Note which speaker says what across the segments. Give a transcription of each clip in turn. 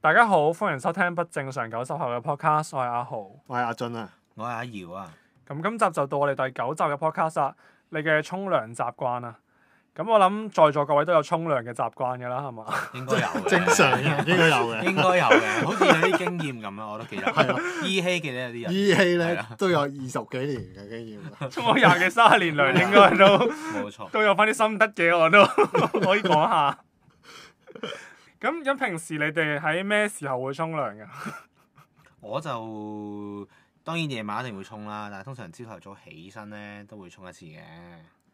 Speaker 1: 大家好，歡迎收聽不正常九十後嘅 podcast，我係阿豪。
Speaker 2: 我係阿俊啊，
Speaker 3: 我係阿姚啊，
Speaker 1: 咁今集就到我哋第九集嘅 podcast 啦，你嘅沖涼習慣啊。咁我諗在座各位都有沖涼嘅習慣㗎啦，係嘛？
Speaker 3: 應該有嘅，
Speaker 2: 正常嘅應該有嘅。
Speaker 3: 應該有嘅，好似有啲經驗咁啊，我都記得。
Speaker 2: 係
Speaker 3: 依稀記得有啲人
Speaker 2: 依稀
Speaker 3: 係
Speaker 2: 咧
Speaker 3: 啊
Speaker 2: 都有二十幾年嘅經驗㗎，
Speaker 1: 沖咗廿幾三十年涼，應該都〜
Speaker 3: 冇錯，
Speaker 1: 都有翻啲心得嘅，我都 可以講下。咁咁平時你哋喺咩時候會沖涼㗎？
Speaker 3: 我就當然夜晚一定會沖啦，但係通常朝頭早起身咧都會沖一次嘅。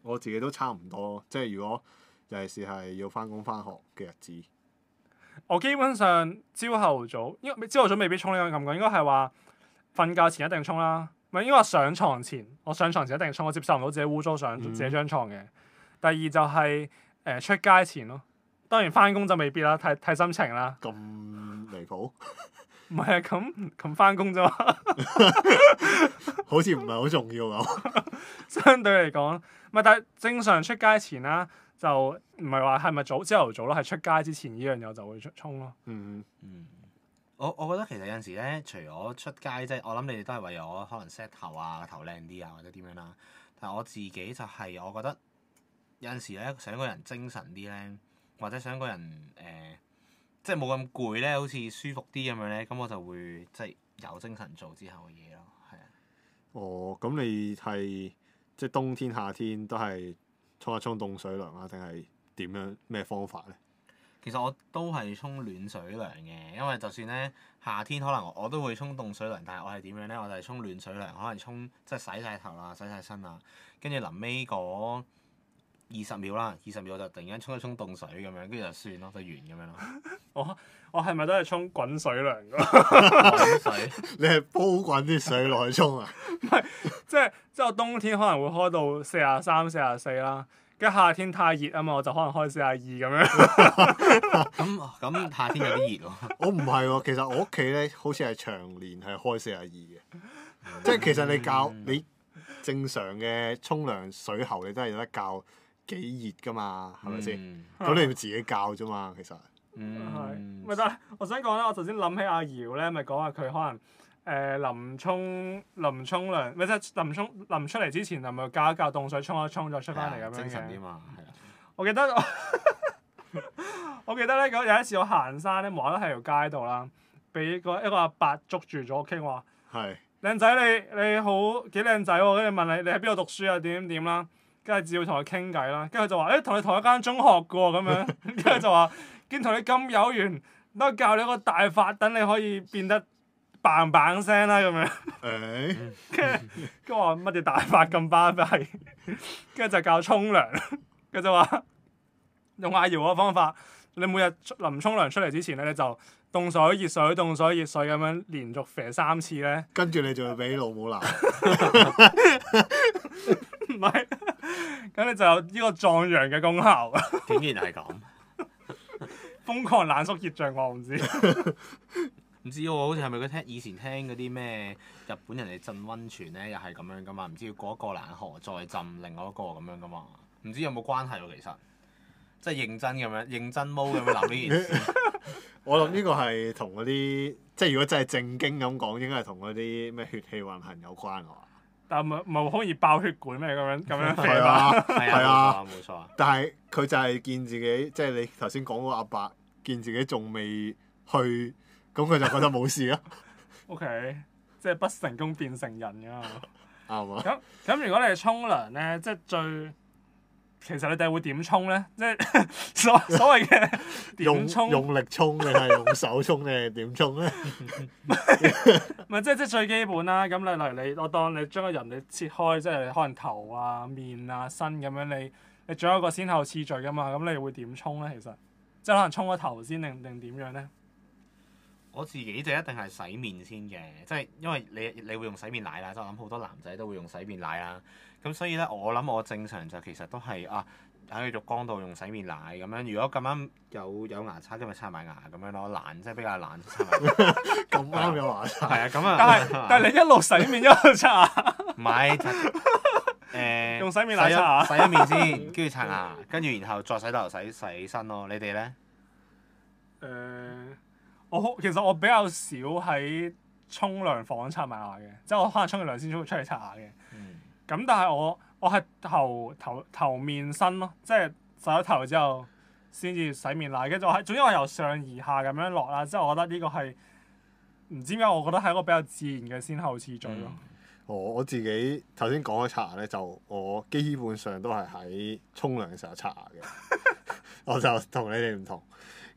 Speaker 2: 我自己都差唔多。即係如果尤其是係要翻工翻學嘅日子，
Speaker 1: 我基本上朝頭早，因為朝頭早未必沖呢個感覺，應該係話瞓覺前一定沖啦。唔係應該話上床前，我上床前一定沖，我接受唔到自己污糟上
Speaker 2: 嗯
Speaker 1: 自己張床嘅。第二就係、誒、出街前咯，當然翻工就未必啦，睇睇心情啦。
Speaker 2: 咁離譜，
Speaker 1: 唔係啊，咁咁翻工啫嘛。
Speaker 2: 好似唔係好重要啊 咁。
Speaker 1: 相對嚟講，唔係但係正常出街前啦，就唔係話係咪早朝頭早咯，係出街之前呢樣嘢我就會出沖咯。
Speaker 2: 嗯，
Speaker 3: 嗯，我我覺得其實有陣時咧，除咗出街即係我諗你哋都係為咗可能 set 頭啊、頭靚啲啊或者點樣啦，但係我自己就係我覺得有陣時咧想個人精神啲咧，或者想個人誒、呃即係冇咁攰咧，好似舒服啲咁樣咧，咁我就會即係有精神做之後嘅嘢咯，係啊，
Speaker 2: 哦，咁你係即係冬天、夏天都係沖一沖凍水涼啊，定係點樣咩方法咧？
Speaker 3: 其實我都係沖暖水涼嘅，因為就算咧夏天可能我我都會沖凍水涼，但係我係點樣咧？我就係沖暖水涼，可能沖即係洗晒頭啦、洗晒身啦，跟住臨尾嗰二十秒啦，二十秒我就突然間沖一沖凍水咁樣，跟住就算咯，就完咁樣咯。
Speaker 1: 我係咪都係沖滾水涼㗎？
Speaker 3: 滾水
Speaker 2: 你係煲滾啲水落去沖啊？
Speaker 1: 即係即係我冬天可能會開到四廿三、四廿四啦，跟住夏天太熱啊嘛，我就可能開四廿二咁樣。
Speaker 3: 咁咁夏天有啲熱喎，
Speaker 2: 我唔係喎，其實我屋企咧好似係長年係開四廿二嘅，即係其實你教你正常嘅沖涼水喉，你都係有得教幾熱㗎嘛，係咪先？
Speaker 3: 嗯？
Speaker 2: 咁你要自己教啫嘛，其實
Speaker 3: 嗯，
Speaker 1: 咪但 係我想講咧，我頭先諗起阿姚咧，咪講話佢可能誒臨沖臨沖涼，咪即係臨沖臨出嚟之前，係咪教一教凍水沖一沖再出翻嚟咁樣嘅？
Speaker 3: 精神啲嘛，係啊，
Speaker 1: 我記得 我我記得咧，嗰有一次我行山咧，無啦啦喺條街度啦，俾個一個阿伯捉住咗，我傾話：
Speaker 2: 係
Speaker 1: 靚仔你你好幾靚仔喎，跟住問你你喺邊度讀書啊點點點啦，跟住只要同佢傾偈啦，跟住佢就話：誒、同你同一間中學嘅喎咁樣，跟住就話見同你咁有緣，都教你一個大法，等你可以變得棒棒聲啦咁樣。
Speaker 2: 誒
Speaker 1: 跟住我話乜嘢大法咁巴閉， 跟住就教沖涼，佢就話用阿姚嘅方法，你每日臨沖涼出嚟之前咧，你就凍水、熱水、凍水、熱水咁樣連續射三次咧，
Speaker 2: 跟住你就會俾老母鬧，
Speaker 1: 唔係， 咁你就有呢個壯陽嘅功效，
Speaker 3: 竟然係咁。
Speaker 1: 瘋狂冷縮熱脹我唔知，
Speaker 3: 唔知喎，好似係咪佢聽以前聽嗰啲咩日本人哋浸温泉咧，又係咁樣噶嘛？唔知要過一個冷河再浸另外一個咁樣噶嘛？唔知有冇關係喎、其實即係認真咁樣，認真踎咁樣諗呢件事。
Speaker 2: 我諗呢個係同嗰啲即係如果真係正經咁講，應該係同嗰啲咩血氣運行有關嘅話。
Speaker 1: 但唔係唔係好容易爆血管咩咁 樣咁樣
Speaker 2: 係
Speaker 1: 射法，
Speaker 2: 啊，
Speaker 3: 係
Speaker 2: 係啊。
Speaker 3: 冇錯啊，冇錯啊。
Speaker 2: 但係佢就係見自己，即係你頭先講嗰個阿伯，見自己仲未去，咁佢就覺得冇事咯，
Speaker 1: ，OK，即係不成功便成人㗎嘛。
Speaker 2: 啱啊！
Speaker 1: 咁咁，如果你係沖涼咧，即係最其實你哋會點沖咧？即係 所所謂嘅
Speaker 2: 用
Speaker 1: 點沖，唔
Speaker 2: 用力沖你係用手沖你係點沖咧？
Speaker 1: 係即係即係最基本啦。咁你例如你，我當你將個人你切開，即係你可能頭啊、面啊、身咁樣，你你仲有一個先後次序噶嘛。咁你會點沖咧？其實即係可能沖個頭先定定點樣咧？
Speaker 3: 我自己就一定係洗面先嘅，即係因為你你會用洗面奶啦，即係我諗好多男仔都會用洗面奶啦。咁所以咧，我諗我正常就其實都係啊喺個浴缸度用洗面奶咁樣。如果咁啱有有牙刷，咁咪刷埋牙咁樣咯。懶即係比較懶，刷埋牙。
Speaker 2: 咁啱有話
Speaker 3: 係啊，咁啊，
Speaker 1: 但 係但係你一路洗面一路刷牙，
Speaker 3: 唔係 就誒
Speaker 1: 用洗面奶刷啊牙
Speaker 3: 洗一洗一面先，跟住刷牙，跟住然後再洗頭洗洗身咯。你哋咧？
Speaker 1: 誒。我好其實我比較少喺沖涼房刷埋牙嘅，即係我可能沖完涼先出出嚟刷牙嘅。
Speaker 3: 嗯
Speaker 1: 咁但係我我係頭頭頭面身咯，即係洗咗頭之後先至洗面奶，跟住我係總之我由上而下咁樣落啦。之後我覺得呢個係唔知點解，我覺得係一個比較自然嘅先後次序嗯咯。
Speaker 3: 嗯
Speaker 2: 我我自己頭先講嘅刷牙咧，就我基本上都係喺沖涼嘅時候刷牙嘅， 我就同你哋唔同。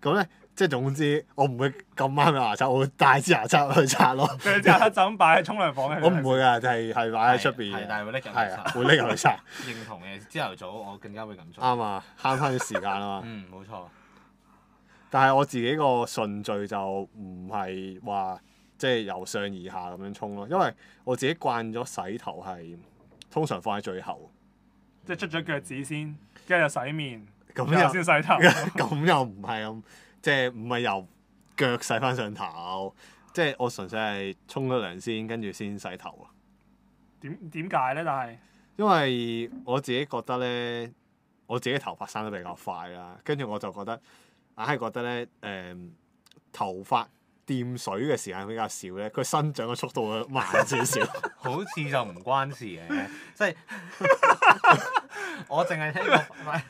Speaker 2: 咁咧，即係總之，我唔會咁啱有牙刷，我會帶支牙刷去刷 咯。
Speaker 1: 佢之後就咁擺喺沖涼房嘅。
Speaker 2: 我唔會㗎，就係係擺喺出邊
Speaker 3: 啊係
Speaker 2: 嘅，
Speaker 3: 但係會拎入
Speaker 2: 係
Speaker 3: 嚟
Speaker 2: 啊，
Speaker 3: 刷，
Speaker 2: 會拎入去刷。
Speaker 3: 認同嘅。朝頭早我更加會咁做。
Speaker 2: 啱啊，慳翻啲時間 啊嘛。
Speaker 3: 嗯，冇錯。
Speaker 2: 但係我自己個順序就唔係話即係由上而下咁樣沖咯，因為我自己慣咗洗頭係通常放喺最後，
Speaker 1: 即係捽咗腳趾先，跟住就洗面，
Speaker 2: 咁
Speaker 1: 然後
Speaker 2: 又
Speaker 1: 先洗頭。
Speaker 2: 啊咁又唔係咁，即係唔係由腳洗翻上頭，即係我純粹係沖咗涼先，跟住先洗頭啊。
Speaker 1: 點點解咧？但係
Speaker 2: 因為我自己覺得咧，我自己頭髮生得比較快啦，跟住我就覺得硬係覺得咧，誒、頭髮掂水嘅時間比較少咧，佢生長嘅速度會慢少 少。
Speaker 3: 好似就唔關事嘅，即 係 我淨係聽過，唔係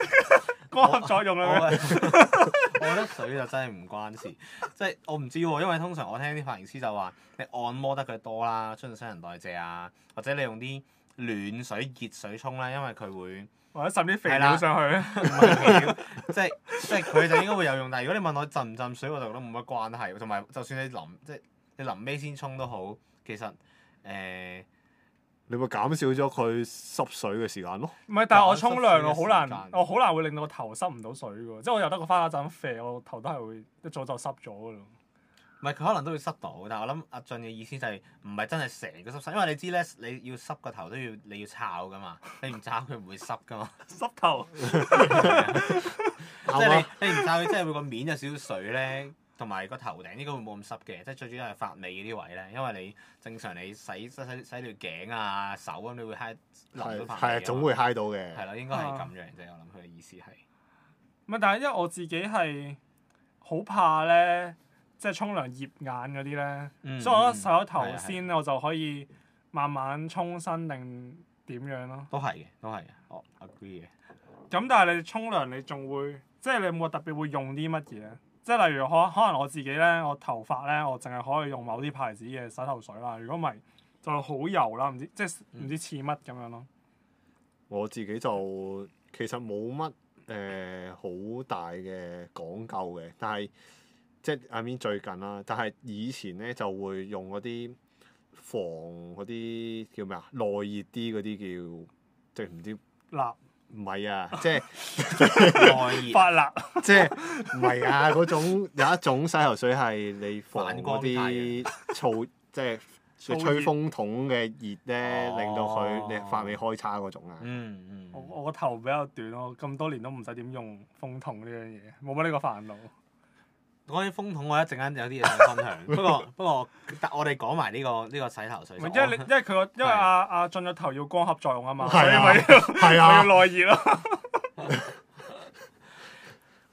Speaker 1: 光合作用啊
Speaker 3: 我
Speaker 1: 啦。
Speaker 3: 我覺得水就真係唔關事，即係我唔知喎，因為通常我聽啲髮型師就話你按摩得佢多啦，促進新陳代謝啊，或者你用啲暖水、熱水沖啦，因為佢會。
Speaker 1: 或者滲啲肥料上去，
Speaker 3: 唔係料 即係即係佢就應該會有用。但係如果你問我浸唔浸水，我就覺得冇乜關係。同埋就算你臨即係你臨尾先沖都好，其實誒、呃
Speaker 2: 你咪減少咗佢濕水嘅時間咯。
Speaker 1: 唔係，但係我沖涼我好
Speaker 3: 但係濕水嘅
Speaker 1: 難
Speaker 3: 時，間
Speaker 1: 我好難會令到個頭濕唔到水嘅喎，即係我由得個花灑就咁啡，我頭都係會一早就濕咗嘅咯。
Speaker 3: 唔係佢可能都會濕到，但係我諗阿俊嘅意思就係唔係真係成個濕晒，因為你知咧你要濕個頭都要你要摷噶嘛，你唔摷佢唔會濕噶嘛。
Speaker 1: 濕頭，
Speaker 3: 即
Speaker 2: 啱
Speaker 3: 係
Speaker 2: 啊！
Speaker 3: 你你唔摷佢，即係會個面有少少水咧。同埋個頭頂應該會冇咁濕嘅，即係最主要係髮尾嗰啲位咧，因為你正常你洗洗洗洗條頸啊手咁，你會揩淋到
Speaker 2: 係
Speaker 3: 髮尾
Speaker 2: 係啊
Speaker 3: 㗎
Speaker 2: 總
Speaker 3: 嘛
Speaker 2: 會嗨到嘅。
Speaker 3: 係啦，應該係
Speaker 1: 啊
Speaker 3: 咁樣啫。我諗佢嘅意思係，
Speaker 1: 唔係，但係因為我自己係好怕咧，即係沖涼醃眼嗰啲咧，所以我覺得洗咗頭
Speaker 3: 嗯係啊係啊
Speaker 1: 先，我就可以慢慢沖身定點樣咯。
Speaker 3: 都係嘅，都係嘅。我 agree 嘅。
Speaker 1: 咁但係你沖涼你仲會，即係你有冇特別會用啲乜嘢？即係例如可可能我自己咧，我頭髮咧，我淨係可以用某啲牌子嘅洗頭水啦。如果唔係，就會好油啦，唔知即係
Speaker 3: 嗯
Speaker 1: 唔知似乜咁樣咯。
Speaker 2: 我自己就其實冇乜誒好大嘅講究嘅，但係即係 I mean 最近啦，但係以前咧就會用嗰啲防嗰啲叫咩啊內熱啲嗰啲叫即係唔知
Speaker 1: 嗱，
Speaker 2: 唔係啊，即係
Speaker 3: 外熱
Speaker 1: 髮蠟
Speaker 2: 即係唔係啊嗰種有一種洗頭水係你防
Speaker 3: 反
Speaker 2: 嗰
Speaker 3: 光
Speaker 2: 啲
Speaker 1: 啊
Speaker 2: 燥 即係你吹風筒嘅熱咧，令到
Speaker 1: 哦
Speaker 2: 佢你髮尾開叉嗰種啊。
Speaker 3: 嗯嗯。
Speaker 1: 我我個頭比較短咯，咁多年都唔使點用風筒呢樣嘢，冇乜呢個煩惱。
Speaker 3: 關於風筒，我一陣間有啲嘢想 分享。不過不過，但我哋講埋呢個呢個洗頭水。
Speaker 1: 唔係因為你因為佢個因為阿阿俊個頭要光合作用啊嘛，所以
Speaker 2: 係啊
Speaker 1: 咪 要
Speaker 2: 係
Speaker 1: 咪要
Speaker 2: 啊，
Speaker 1: 內熱 咯。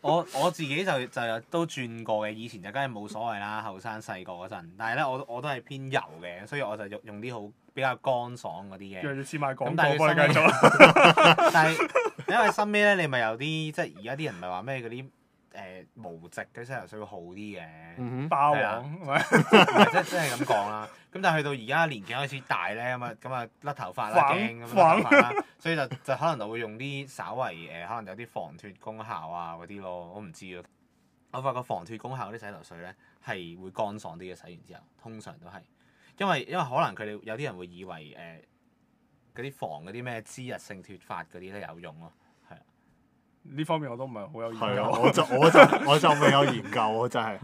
Speaker 3: 我我自己就就有都轉過嘅，以前就梗係冇所謂啦，後生細個嗰陣。但係咧，我我都係偏油嘅，所以我就用用啲好比較乾爽嗰啲嘅
Speaker 1: 又。要似賣廣
Speaker 3: 咁但係
Speaker 1: 告，幫你
Speaker 3: 佢
Speaker 1: 繼續啦。
Speaker 3: 但係因為身邊咧，你咪有啲即係而家啲人咪話咩嗰啲誒無矽嘅洗頭水會好啲嘅，唔
Speaker 2: 嗯 哼
Speaker 1: 霸
Speaker 3: 係啊
Speaker 1: 王係咪
Speaker 3: 係即係即係咁講啦。咁但係去到而家年紀開始大咧，咁啊咁啊甩頭髮啦，
Speaker 1: 反
Speaker 3: 驚咁樣甩頭髮啦，所以就就可能就會用啲稍為誒、可能有啲防脱功效啊嗰啲咯，我唔知啊。我發覺防脱功效嗰啲洗頭水咧係會乾爽啲嘅，洗完之後通常都係，因為因為可能佢哋有啲人會以為誒。呃嗰啲防嗰啲咩脂溢性脱髮嗰啲咧有用咯，
Speaker 1: 呢方面我都唔係好有研
Speaker 2: 係啊，
Speaker 1: 究。
Speaker 2: 我就我 就我就未有研究啊，真係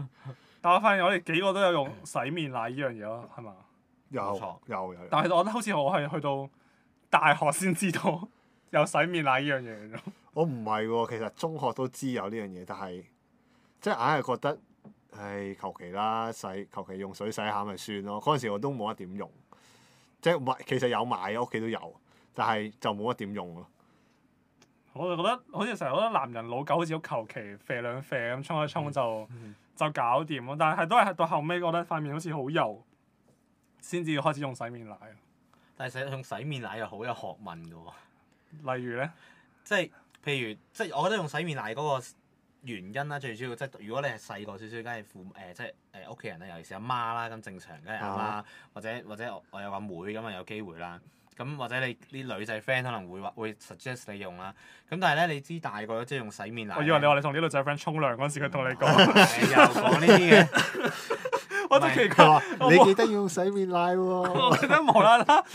Speaker 1: 但我發現我哋幾個都有用洗面奶呢樣嘢咯，係嘛？
Speaker 2: 有
Speaker 3: 冇錯
Speaker 2: 有有有。
Speaker 1: 但係我覺得好似我係去到大學先知道有洗面奶呢樣嘢嘅啫。
Speaker 2: 我唔係喎，其實中學都知有呢樣嘢，但係即係硬係覺得，唉，求其啦，洗求其用水洗下咪算咯。嗰陣時我都冇乜點用，即係買其實有買，屋企都有，但係就冇乜點用 咯。嗯
Speaker 1: 我就覺得好似成日覺得男人老狗好似好求其啡兩啡咁沖一沖就就搞掂咯。但係都係到後尾覺得塊面好似好油，先至開始用洗面奶。
Speaker 3: 但係使用洗面奶又好有學問嘅喎，
Speaker 1: 例如咧，
Speaker 3: 即係譬如即係我覺得用洗面奶嗰個原因啦，最主要即係如果你係細個少少，梗係父誒、即係誒屋企人啦，尤其是阿媽啦，咁正常梗係
Speaker 1: 啊
Speaker 3: 阿媽或者或者我我有阿妹咁啊有機會啦。咁或者你啲女仔 friend 可能會話會 suggest 你用啦，咁但係咧你知大個咗即係用洗面奶呢，
Speaker 1: 我以為你話你同啲女仔 friend 沖涼嗰陣時，佢同你
Speaker 3: 係
Speaker 1: 講，
Speaker 3: 又講呢啲嘅。
Speaker 1: 我都奇怪
Speaker 2: 佢。話：你記得要用洗面奶 喎。
Speaker 1: 我覺得無啦啦，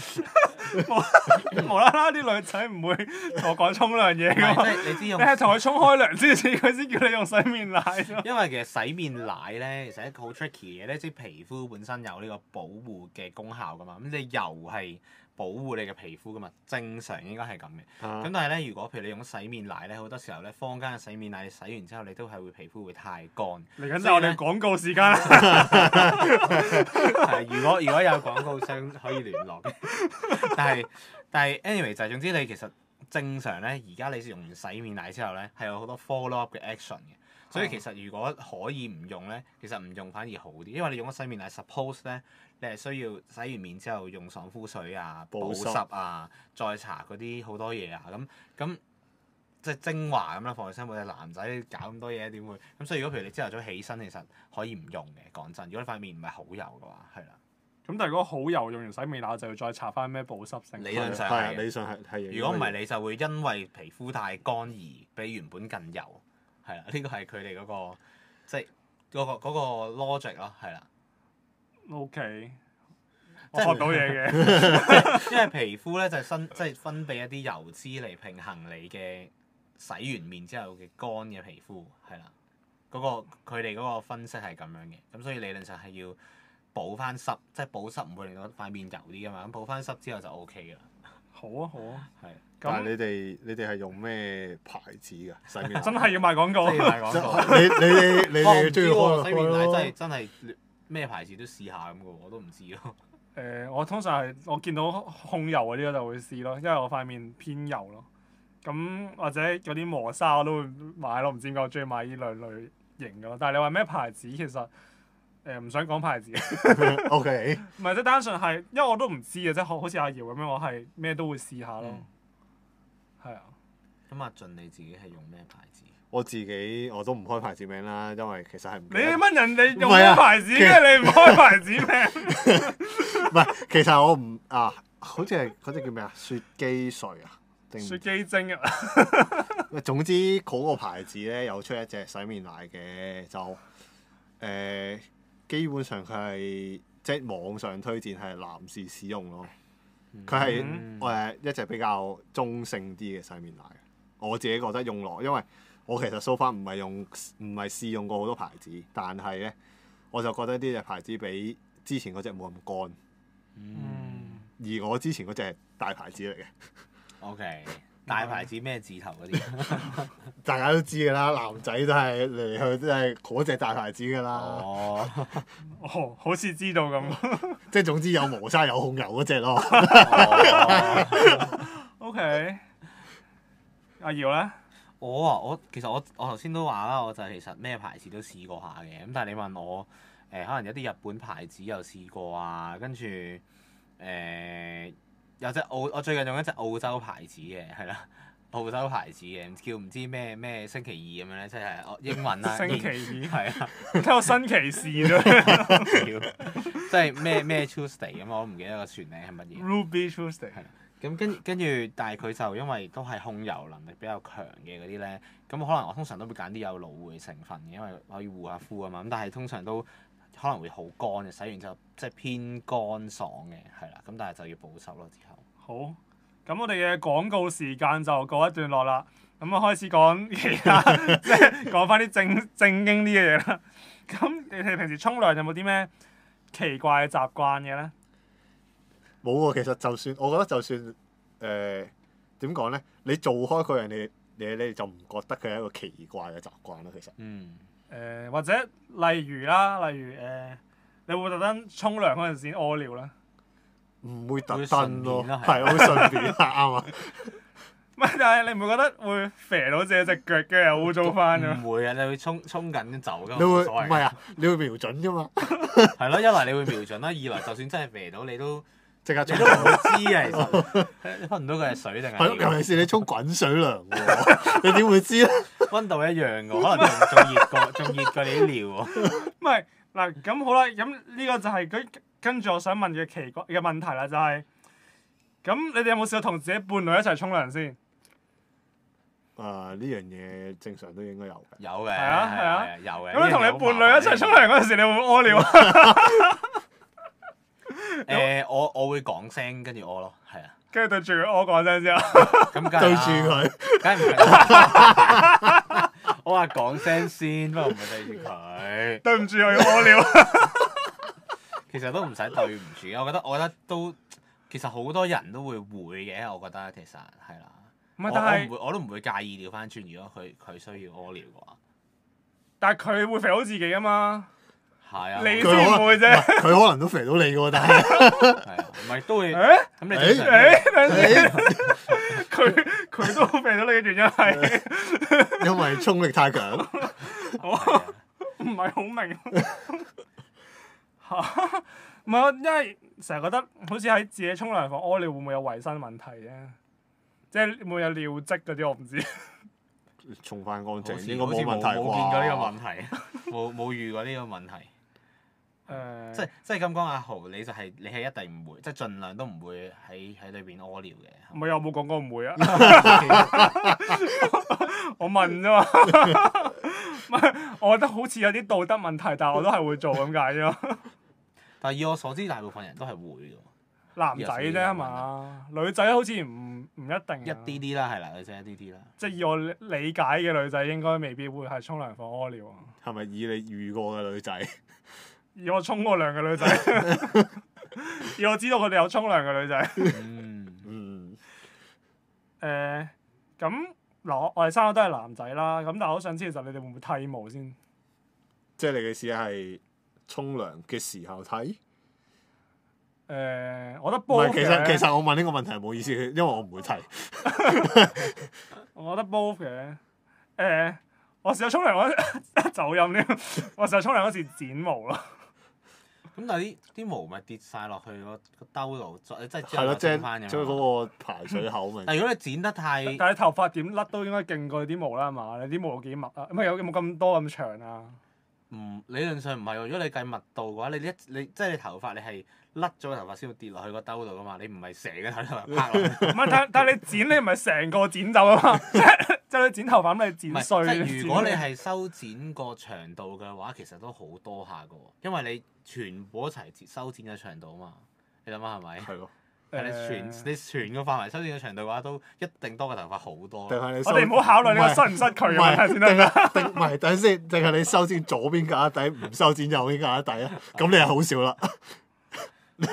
Speaker 1: 無無啦啦啲女仔唔會同我講沖涼嘢
Speaker 3: 唔係
Speaker 1: 噶嘛。
Speaker 3: 即係你知
Speaker 1: 你
Speaker 3: 用，
Speaker 1: 係同佢沖開涼之前，佢先叫你用洗面奶咯。
Speaker 3: 因為其實洗面奶咧，其實一個好 tricky 嘅咧，即係皮膚本身有呢個保護嘅功效噶嘛。咁你油係保護你嘅皮膚噶嘛，正常應該係咁嘅。
Speaker 2: 啊
Speaker 3: 咁但係咧，如果譬如你用洗面奶咧，好多時候咧，坊間嘅洗面奶你洗完之後，你都係會皮膚會太乾。
Speaker 1: 嚟緊就係我
Speaker 3: 所以
Speaker 1: 哋
Speaker 3: 呢
Speaker 1: 廣告時間啦。
Speaker 3: 係如果如果有廣告商可以聯絡嘅， 但係但係 anyway 就係總之你其實正常咧，而家你用完洗面奶之後咧，係有好多 follow up 嘅 action 嘅，所以其實如果可以唔用咧，其實唔用反而好啲，因為你用咗洗面奶，suppose 咧你係需要洗完面之後用爽膚水啊、保
Speaker 2: 保濕
Speaker 3: 濕啊、再搽嗰啲好多嘢啊，咁咁。即係精華咁啦，放喺身，我哋男仔搞咁多嘢點會？咁所以如果譬如你朝頭早起身，其實可以唔用嘅。講真，如果你塊面唔係好油嘅話，係啦。
Speaker 1: 咁但係如果好油用完洗面奶就要再搽翻咩保濕性。
Speaker 3: 理論上
Speaker 2: 係啊
Speaker 3: 係嘅
Speaker 2: 理上係係。
Speaker 3: 如果唔係，你就會因為皮膚太乾而比原本更油，係啦，呢個係佢哋嗰個即係嗰、個嗰、個 logic 咯，係啦，
Speaker 1: O K，我
Speaker 3: 即係
Speaker 1: 學到嘢嘅。
Speaker 3: 因為皮膚咧就係分即係分泌一啲油脂嚟平衡你嘅洗完面之後嘅乾嘅皮膚，係啦，嗰、個佢哋嗰個分析係咁樣嘅，咁所以理論上係要補翻濕，即係補濕唔會令到塊面油啲噶嘛，咁補翻濕之後就 O K 噶啦，
Speaker 1: 好啊好啊，
Speaker 3: 係
Speaker 2: 但係
Speaker 1: 咁
Speaker 2: 你哋你哋係用咩牌子㗎洗面奶？
Speaker 1: 真係要賣廣告
Speaker 3: 即。係講到。
Speaker 2: 你你哋哦你
Speaker 3: 我唔
Speaker 2: 哋中
Speaker 3: 知
Speaker 2: 意
Speaker 3: 喎，
Speaker 2: 開
Speaker 3: 洗面奶
Speaker 2: 開
Speaker 3: 真
Speaker 2: 咯
Speaker 3: 係真係咩牌子都試下咁嘅喎，我都唔知咯。
Speaker 1: 誒、我通常係我見到控油嗰啲我就會試咯，因為我塊面偏油咯。咁或者嗰啲磨砂我都會買咯，唔知點解我中意買呢類類型嘅咯。但係你話咩牌子其實誒唔、想講牌子， 唔
Speaker 2: O K，
Speaker 1: 係即係單純係，因為我都唔知嘅，即係好好似阿瑤咁樣，我係咩都會試下咯。
Speaker 3: 嗯
Speaker 1: 係啊，
Speaker 3: 咁阿俊你自己係用咩牌子？
Speaker 2: 我自己我都唔開牌子名啦，因為其實係唔記
Speaker 1: 你
Speaker 2: 得
Speaker 1: 乜人哋用
Speaker 2: 唔係
Speaker 1: 咩
Speaker 2: 啊
Speaker 1: 牌子
Speaker 2: 其
Speaker 1: 嘅？你唔開牌子咩？
Speaker 2: 唔係，其實我唔啊，好似係嗰只叫咩啊，雪肌水啊，定
Speaker 1: 雪肌精啊！
Speaker 2: 喂總之嗰個牌子咧有出一隻洗面奶嘅，就誒、呃基本上佢係即係網上推薦係男士使用咯，佢係呃
Speaker 1: 嗯
Speaker 2: 誒一隻比較中性啲嘅洗面奶，我自己覺得用落，因為我其實 so far 唔係用唔係試用過好多牌子，但係咧我就覺得呢隻牌子比之前嗰只冇咁乾。
Speaker 1: 嗯，
Speaker 2: 而我之前嗰只係大牌子嚟嘅，
Speaker 3: OK，大牌子咩字頭嗰啲？
Speaker 2: 大家都知㗎啦，男仔都係嚟嚟去都係嗰只大牌子㗎啦，
Speaker 3: 哦，
Speaker 1: 哦，好似知道咁。
Speaker 2: 即係總之有磨砂有控油嗰只 咯。
Speaker 3: 哦
Speaker 1: O K，阿瑤咧。
Speaker 3: 我啊，我其實我我頭先都話啦，我就其實咩牌子都試過下嘅。咁但係你問我誒、可能有啲日本牌子又試過啊，跟住誒、有隻澳，我最近用一隻澳洲牌子嘅，係啦。 澳洲牌子嘅，叫唔知咩咩星期二咁樣咧，即係哦英文 啦，
Speaker 1: 星期
Speaker 3: 英
Speaker 1: 二
Speaker 3: 係啊，
Speaker 1: 睇我新奇事啫
Speaker 3: 屌即係咩咩 Tuesday 咁，我唔記得個全名係乜嘢。
Speaker 1: ，Ruby Tuesday
Speaker 3: 係咁跟跟住，但係佢就因為都係控油能力比較強嘅嗰啲咧，咁可能我通常都會揀啲有蘆薈成分嘅，因為可以護下膚啊嘛。咁但係通常都可能會好乾嘅，洗完之後即係偏乾爽嘅，係啦。咁但係就要保濕咯之後。
Speaker 1: 好，咁我哋嘅廣告時間就告一段落啦。咁啊，開始講其他，即係講翻啲正正經啲嘅嘢啦。咁你哋平時沖涼有冇啲咩奇怪嘅習慣嘅咧？
Speaker 2: 冇啊喎，其實就算我覺得就算誒點講咧，你做開嗰樣嘢，你你就唔覺得佢係一個奇怪嘅習慣咯。其實
Speaker 3: 嗯，
Speaker 1: 誒、或者例如啦，例如誒、你會唔會特登沖涼嗰陣時屙尿啦？
Speaker 2: 唔會特
Speaker 3: 會順
Speaker 2: 登咯，
Speaker 3: 便 啦
Speaker 2: 係好順便啦，啱啊。
Speaker 1: 唔係，但係你唔會覺得會肥到自己隻腳，跟住又污糟翻咁？
Speaker 3: 唔會啊，你會衝衝緊走噶嘛，
Speaker 2: 你會
Speaker 3: 冇
Speaker 2: 唔
Speaker 3: 所謂
Speaker 2: 係啊？你會瞄準噶嘛？
Speaker 3: 係咯，一來你會瞄準啦，二來就算真係肥到 你都
Speaker 2: 即刻
Speaker 3: 你
Speaker 2: 衝
Speaker 3: 都唔會 知啊，其實你分唔到佢係水定
Speaker 2: 係咯，尤
Speaker 3: 係
Speaker 2: 其是你沖滾水涼喎，你點會知咧？
Speaker 3: 温度一樣噶，可能仲仲熱過，仲熱過你啲尿喎。
Speaker 1: 唔係嗱，咁好啦，咁呢個就係佢跟住我想問嘅奇怪嘅問題啦，就係、咁你哋有冇試過同自己伴侶一齊沖涼先？
Speaker 2: 啊，呢樣嘢正常都應該有嘅。
Speaker 3: 有嘅，
Speaker 1: 係啊係啊
Speaker 3: 有嘅。
Speaker 1: 咁你同你伴侶一齊沖涼嗰陣時，你會唔會屙尿啊？
Speaker 3: 誒，我我會講聲跟住屙咯，係啊，
Speaker 1: 跟住對住佢屙講聲啊之後，
Speaker 3: 咁梗係啦
Speaker 2: 對住佢，
Speaker 3: 梗係唔係啦 我話講聲先，不過唔係對住佢。
Speaker 1: 對唔住我要屙尿。啊
Speaker 3: 其實都唔使對唔住，我覺得我覺得都其實好多人都會會嘅，我覺得其實係啦。
Speaker 1: 唔
Speaker 3: 我
Speaker 1: 係，但
Speaker 3: 我唔
Speaker 1: 係
Speaker 3: 會，我都唔會介意調翻轉。如果佢佢需要屙尿嘅話，
Speaker 1: 但係佢會肥到自己啊 嘛，
Speaker 3: 係啊，
Speaker 1: 你
Speaker 2: 佢
Speaker 1: 先會啫
Speaker 2: 唔係佢可能都肥到你喎，但 係
Speaker 3: 係啊，唔係都會
Speaker 1: 誒
Speaker 3: 咁你正
Speaker 1: 誒、
Speaker 3: 常
Speaker 1: 等陣先， 佢佢都肥到你嘅原因係
Speaker 2: 因為衝力太強，
Speaker 1: 我
Speaker 3: 係啊
Speaker 1: 唔係好明。 嚇唔係我因為成日覺得好似喺自己沖涼房屙尿會唔會有衞生問題啫？即係會唔會有尿跡嗰啲我唔知。
Speaker 2: 沖翻乾
Speaker 3: 好
Speaker 2: 淨
Speaker 3: 似
Speaker 2: 應該
Speaker 3: 好似
Speaker 2: 冇問題
Speaker 3: 冇
Speaker 2: 啩？
Speaker 3: 冇見過呢個問題，冇冇遇過呢個問題。
Speaker 1: 誒，
Speaker 3: 即係即係咁講，阿豪你就係、你係一定唔會，即係盡量都唔會喺喺裏邊屙尿嘅。
Speaker 1: 唔係我冇講過唔 會啊！我問啫嘛，唔係我覺得好似有啲道德問題，但係我都係會做咁解啫 嘛。
Speaker 3: 但係以我所知，大部分人都係會嘅，
Speaker 2: 嗯
Speaker 1: 男仔啫係嘛，女仔好似唔唔一定啊
Speaker 3: 一啲啲啦，係啦，女仔一啲 啲啦。
Speaker 1: 即係以我理解嘅女仔應該未必會係沖涼房屙尿啊。
Speaker 2: 係咪以你遇過嘅女仔？
Speaker 1: 以我沖過涼嘅女仔， 以我知道佢哋有沖涼嘅女仔，誒、
Speaker 3: 嗯，
Speaker 2: 嗯，
Speaker 1: 咁嗱，我我哋三個都係男仔啦，咁但係我想知其實你哋會唔會剃毛先？
Speaker 2: 即係你嘅意思係沖涼嘅時候睇？
Speaker 1: 誒、我覺得
Speaker 2: 唔
Speaker 1: 煲
Speaker 2: 係，其實其實我問呢個問題冇意思，因為我唔會睇。
Speaker 1: 我覺得 both 嘅。誒、我成日沖涼嗰 走音添，我成日沖涼嗰時剪毛咯。
Speaker 3: 咁但係啲啲毛咪跌晒落去個個兜度，再即係之
Speaker 2: 係
Speaker 3: 後
Speaker 2: 咯，
Speaker 3: 再
Speaker 2: 即
Speaker 3: 整
Speaker 2: 係
Speaker 3: 翻
Speaker 2: 即係
Speaker 3: 咁樣。
Speaker 2: 嗰個排水口 咪
Speaker 3: 但係如果你剪得太
Speaker 1: 但係你頭髮點甩都應該勁過你啲毛啦，係嘛？你啲毛有幾密啊？唔係有有冇咁多咁長啊？
Speaker 3: 唔理論上唔係喎，如果你計密度嘅話，你一你即係你頭髮你係甩咗個頭髮先會跌落去個兜度噶嘛，你唔係成個頭髮拍落去。
Speaker 1: 唔係，但但係你剪你唔係成個剪走啊嘛， 即係即係你剪頭髮咁你
Speaker 3: 唔
Speaker 1: 剪
Speaker 3: 係，
Speaker 1: 碎。
Speaker 3: 即係如果你
Speaker 1: 剪
Speaker 3: 係修剪個長度嘅話，其實都好多下嘅喎，因為你全部一齊截修剪嘅長度啊嘛，你諗下係咪？
Speaker 2: 係咯。
Speaker 3: 係你全
Speaker 1: 誒
Speaker 3: 你全個範圍修剪嘅長度嘅話，都一定多過頭髮好多
Speaker 2: 定
Speaker 3: 啦。
Speaker 2: 係你
Speaker 1: 我哋唔好考慮呢個
Speaker 2: 收
Speaker 1: 失唔失佢
Speaker 2: 唔
Speaker 1: 嘅問題先得。
Speaker 2: 係定定唔係等陣先，定係你修剪左邊架底，唔修剪右邊架底啊？咁你係好少啦。
Speaker 1: 誒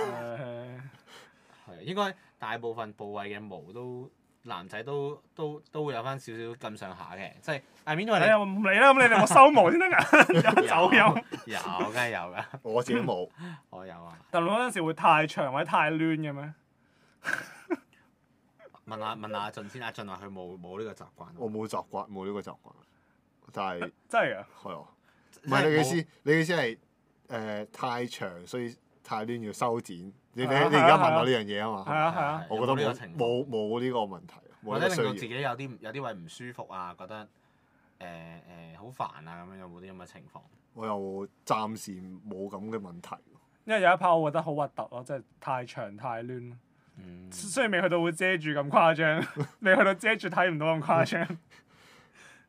Speaker 3: 係應該大部分部位嘅毛都男仔都都都會有翻少少咁上下嘅，即係 I mean 因為
Speaker 1: 你
Speaker 3: 你
Speaker 1: 又啊唔理啦，咁你哋有冇收毛先得㗎？ 走音。
Speaker 3: 有梗係有㗎，
Speaker 2: 我自己冇，
Speaker 3: 我有啊。
Speaker 1: 但係嗰陣時會太長或者太攣嘅咩？
Speaker 3: 問下問下阿俊先，阿俊話佢冇冇呢個習慣，
Speaker 2: 我冇習慣，冇呢個習慣。但 係
Speaker 1: 真係㗎。
Speaker 2: 係啊，唔
Speaker 3: 即係
Speaker 2: 係你嘅意
Speaker 3: 冇
Speaker 2: 思，你嘅意思係誒太長，所以太攣要修剪。你你你
Speaker 1: 係啊
Speaker 2: 而家問我呢樣嘢啊
Speaker 1: 係
Speaker 2: 嘛？
Speaker 1: 啊係啊
Speaker 2: 我覺得
Speaker 3: 有冇呢個
Speaker 2: 冇
Speaker 3: 情況
Speaker 2: 冇冇呢個問題，啊冇
Speaker 3: 或
Speaker 2: 呢個
Speaker 3: 者令
Speaker 2: 需
Speaker 3: 到
Speaker 2: 要
Speaker 3: 自。己有啲有啲位唔舒服啊，覺得誒誒好煩啊咁樣，有冇啲咁嘅情況？
Speaker 2: 我又暫時冇咁嘅問題。
Speaker 1: 因為有一 part 我覺得好核突咯，真係太長太攣。
Speaker 3: 嗯，
Speaker 1: 雖然未去到會遮住咁誇張， 未去到遮住睇唔到咁誇張，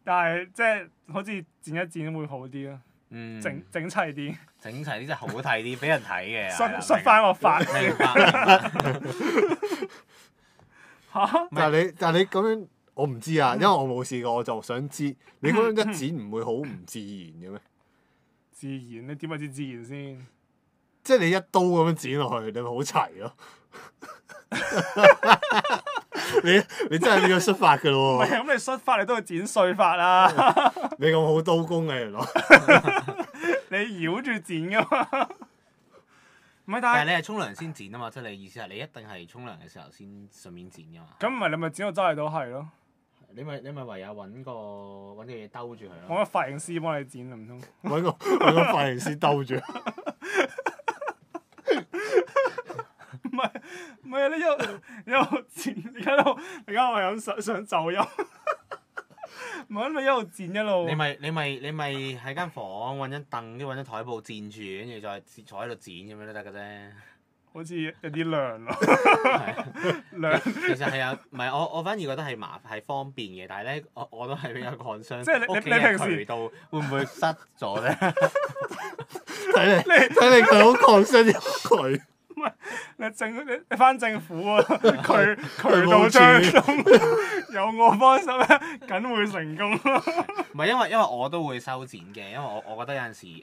Speaker 1: 但係即係好似剪一剪會好啲咯，
Speaker 3: 嗯
Speaker 1: 整整齊啲，
Speaker 3: 整齊啲真係好睇啲，俾人睇 嘅。係
Speaker 1: 梳
Speaker 3: 啦
Speaker 1: 梳翻個髮
Speaker 3: 明明白明 白，
Speaker 1: 嚇。
Speaker 2: 但係你但係你咁樣，我唔知
Speaker 3: 嗯
Speaker 2: 啊，因為我冇試過，我就想知你咁樣一剪唔會好唔自然嘅咩？
Speaker 1: 自然你點為之自然先？
Speaker 2: 即係你一刀咁樣剪落去，你咪好齊 咯。 你你真係變咗出發嘅
Speaker 1: 唔
Speaker 2: 咯
Speaker 1: 係
Speaker 2: 喎！
Speaker 1: 咁，你梳髮你都會剪碎髮啦，
Speaker 2: 你咁好刀工嘅原來，
Speaker 1: 你繞住剪噶嘛。 唔係，
Speaker 3: 但係
Speaker 1: 但係
Speaker 3: 你係沖涼先剪啊嘛，即係你意思係你一定係沖涼嘅時候先順便剪噶嘛。
Speaker 1: 咁唔係你咪剪到周圍都係咯，
Speaker 3: 你咪你咪唯有揾個揾嘢兜住佢咯。
Speaker 1: 揾個髮型師幫你剪唔通？
Speaker 2: 揾個揾個髮型師兜住，
Speaker 1: 唔係唔係，你一路一路剪，而家都而家我係咁想想走音， 唔係你一路剪一路
Speaker 3: 你，咪你咪你咪喺間房揾張凳，跟住揾張台布墊住，跟住再坐喺度剪咁樣都得嘅啫。
Speaker 1: 好似有啲涼咯，
Speaker 3: 係啊
Speaker 1: 涼。
Speaker 3: 其實係有，唔係我我反而覺得係麻係方便嘅，但係咧我我都係比較 concern
Speaker 1: 即係你你
Speaker 3: 屋企
Speaker 1: 你平
Speaker 3: 嘅
Speaker 1: 時
Speaker 3: 渠道會唔會塞咗咧？
Speaker 2: 睇嚟睇嚟佢好抗生佢
Speaker 1: 你政你你翻政府啊， 渠渠道
Speaker 2: 冇
Speaker 1: 張
Speaker 2: 錢
Speaker 1: 中，有我幫手咧，梗會成功咯。
Speaker 3: 唔係因為因為我都會修剪嘅，因為我我覺得有陣時誒。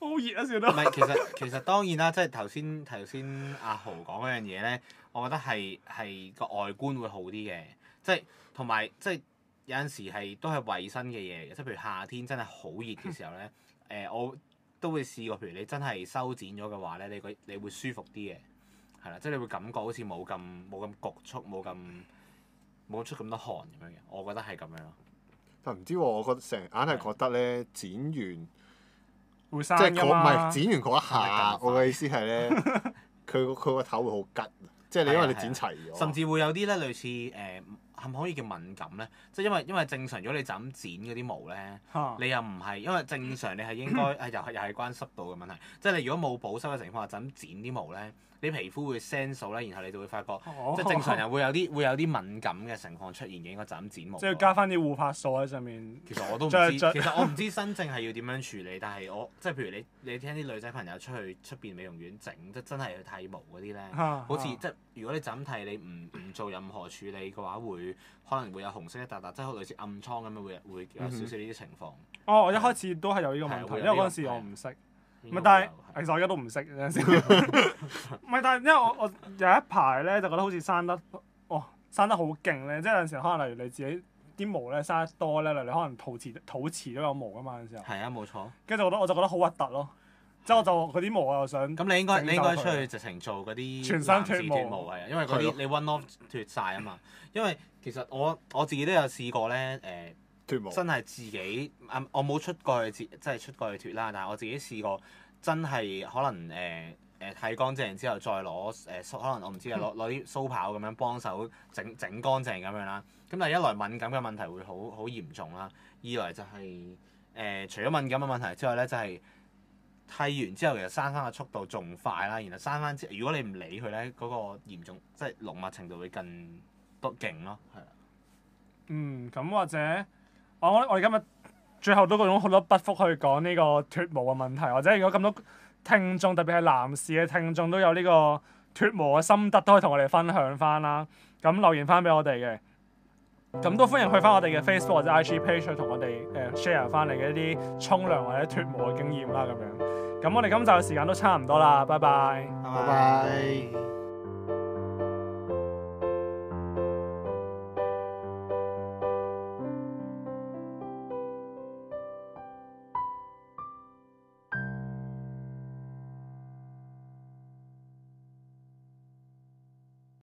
Speaker 1: 好熱啊，笑
Speaker 3: 唔
Speaker 1: 到
Speaker 3: 係，其實其實當然啦，即係頭先頭先阿豪講嗰樣嘢咧，我覺得係係個外觀會好啲嘅，即係同埋即係有陣時係都係衞生嘅嘢嘅，即係譬如夏天真係好熱嘅時候咧，誒、我都會試過，譬如你真係修剪咗嘅話咧，你個你會舒服啲嘅，係啦，即係你會感覺好似冇咁冇咁局促，冇咁冇出咁多汗咁樣嘅，我覺得係咁樣咯。
Speaker 2: 但唔知喎，我覺得成日硬係覺得咧剪完，即
Speaker 1: 會生
Speaker 2: 係
Speaker 1: 㗎
Speaker 2: 嗰唔
Speaker 1: 嘛。
Speaker 2: 係剪完嗰一下
Speaker 3: 係咁，快
Speaker 2: 我嘅意思係咧，佢個佢個頭會好吉，即係你因為你剪齊咗，
Speaker 3: 甚至會有啲咧類似誒，呃係、咪可以叫敏感咧？即係因為因為正常，如果你就咁剪嗰啲毛咧，
Speaker 1: 嚇
Speaker 3: 你又唔係，因為正常你係應 該啊，又係又係關濕度嘅問題。即係你如果冇保濕嘅情況下，就咁剪啲毛咧，你皮膚會 sense 到咧，然後你就會發覺，
Speaker 1: 哦
Speaker 3: 即係正常人會有啲會有啲敏感嘅情況出現嘅，應該就咁剪 毛。
Speaker 1: 即係要加翻啲護髮素喺上面。
Speaker 3: 其實我都唔
Speaker 1: 再
Speaker 3: 知，
Speaker 1: 再
Speaker 3: 其實我唔知新政係要點樣處理，但係我即係譬如你你聽啲女仔朋友出去出邊美容院整，即係真係去剃毛嗰啲咧。
Speaker 1: 嚇
Speaker 3: 好似
Speaker 1: 嚇
Speaker 3: 即係如果你就咁剃，你唔唔做任何處理嘅話，會可能會有紅色一笪笪，即係類似暗瘡咁樣，會會
Speaker 1: 嗯
Speaker 3: 有少少呢啲情況。
Speaker 1: 哦，我一開始都係有呢個問題，
Speaker 3: 係會
Speaker 1: 因
Speaker 3: 有呢
Speaker 1: 為
Speaker 3: 個
Speaker 1: 嗰陣時我唔識。
Speaker 3: 應
Speaker 1: 唔
Speaker 3: 該
Speaker 1: 係，但係其
Speaker 3: 會有係
Speaker 1: 實我而家都唔識有陣時。唔係，但係因為我我有一排咧就覺得好似生得，哦，生得好勁咧，即係有陣時可能例如你自己啲毛咧生得多咧，例如你可能肚臍肚臍都有毛噶嘛，有陣時候，
Speaker 3: 係啊，冇錯。
Speaker 1: 跟住我覺得我就覺得好核突咯，即係我就嗰啲毛我又想，
Speaker 3: 咁你應該
Speaker 1: 整
Speaker 3: 你應該
Speaker 1: 走
Speaker 3: 出
Speaker 1: 佢
Speaker 3: 去直情做嗰啲
Speaker 1: 全身
Speaker 3: 男士
Speaker 1: 脫毛
Speaker 3: 脫毛係啊，因為嗰
Speaker 2: 係
Speaker 3: 啲
Speaker 2: 咯
Speaker 3: 你 one off 脫晒啊嘛。因為其實我我自己都有試過咧，誒、
Speaker 2: 脱毛，
Speaker 3: 真係自己啊！我冇出過去自，即係出過去脱啦。但係我自己試過，真係可能誒誒剃乾淨之後，再攞誒、梳可能我唔知啊，攞攞啲鬚刨咁樣幫手整整乾淨咁樣啦。咁但係一來敏感嘅問題會好好嚴重啦，二來就係、誒、除咗敏感嘅問題之外咧，就係、剃完之後，其實生翻嘅速度仲快啦，然後生翻之，如果你唔理佢咧，嗰、個嚴重即係濃密程度會更多勁咯，係啊，
Speaker 1: 嗯，咁或者哦我我我哋今日最後都嗰種好多不服去講呢個脱毛嘅問題，或者如果咁多聽眾，特別係男士嘅聽眾都有呢個脱毛嘅心得，都可以同我哋分享翻啦。咁留言翻俾我哋嘅，咁都歡迎去翻我哋嘅 Facebook 或者 IG page 去同我哋誒 share 翻你嘅一啲沖涼或者脱毛嘅經驗啦咁樣。咁我哋今集嘅時間都差唔多啦，拜拜。
Speaker 2: 拜
Speaker 3: 拜
Speaker 2: 拜。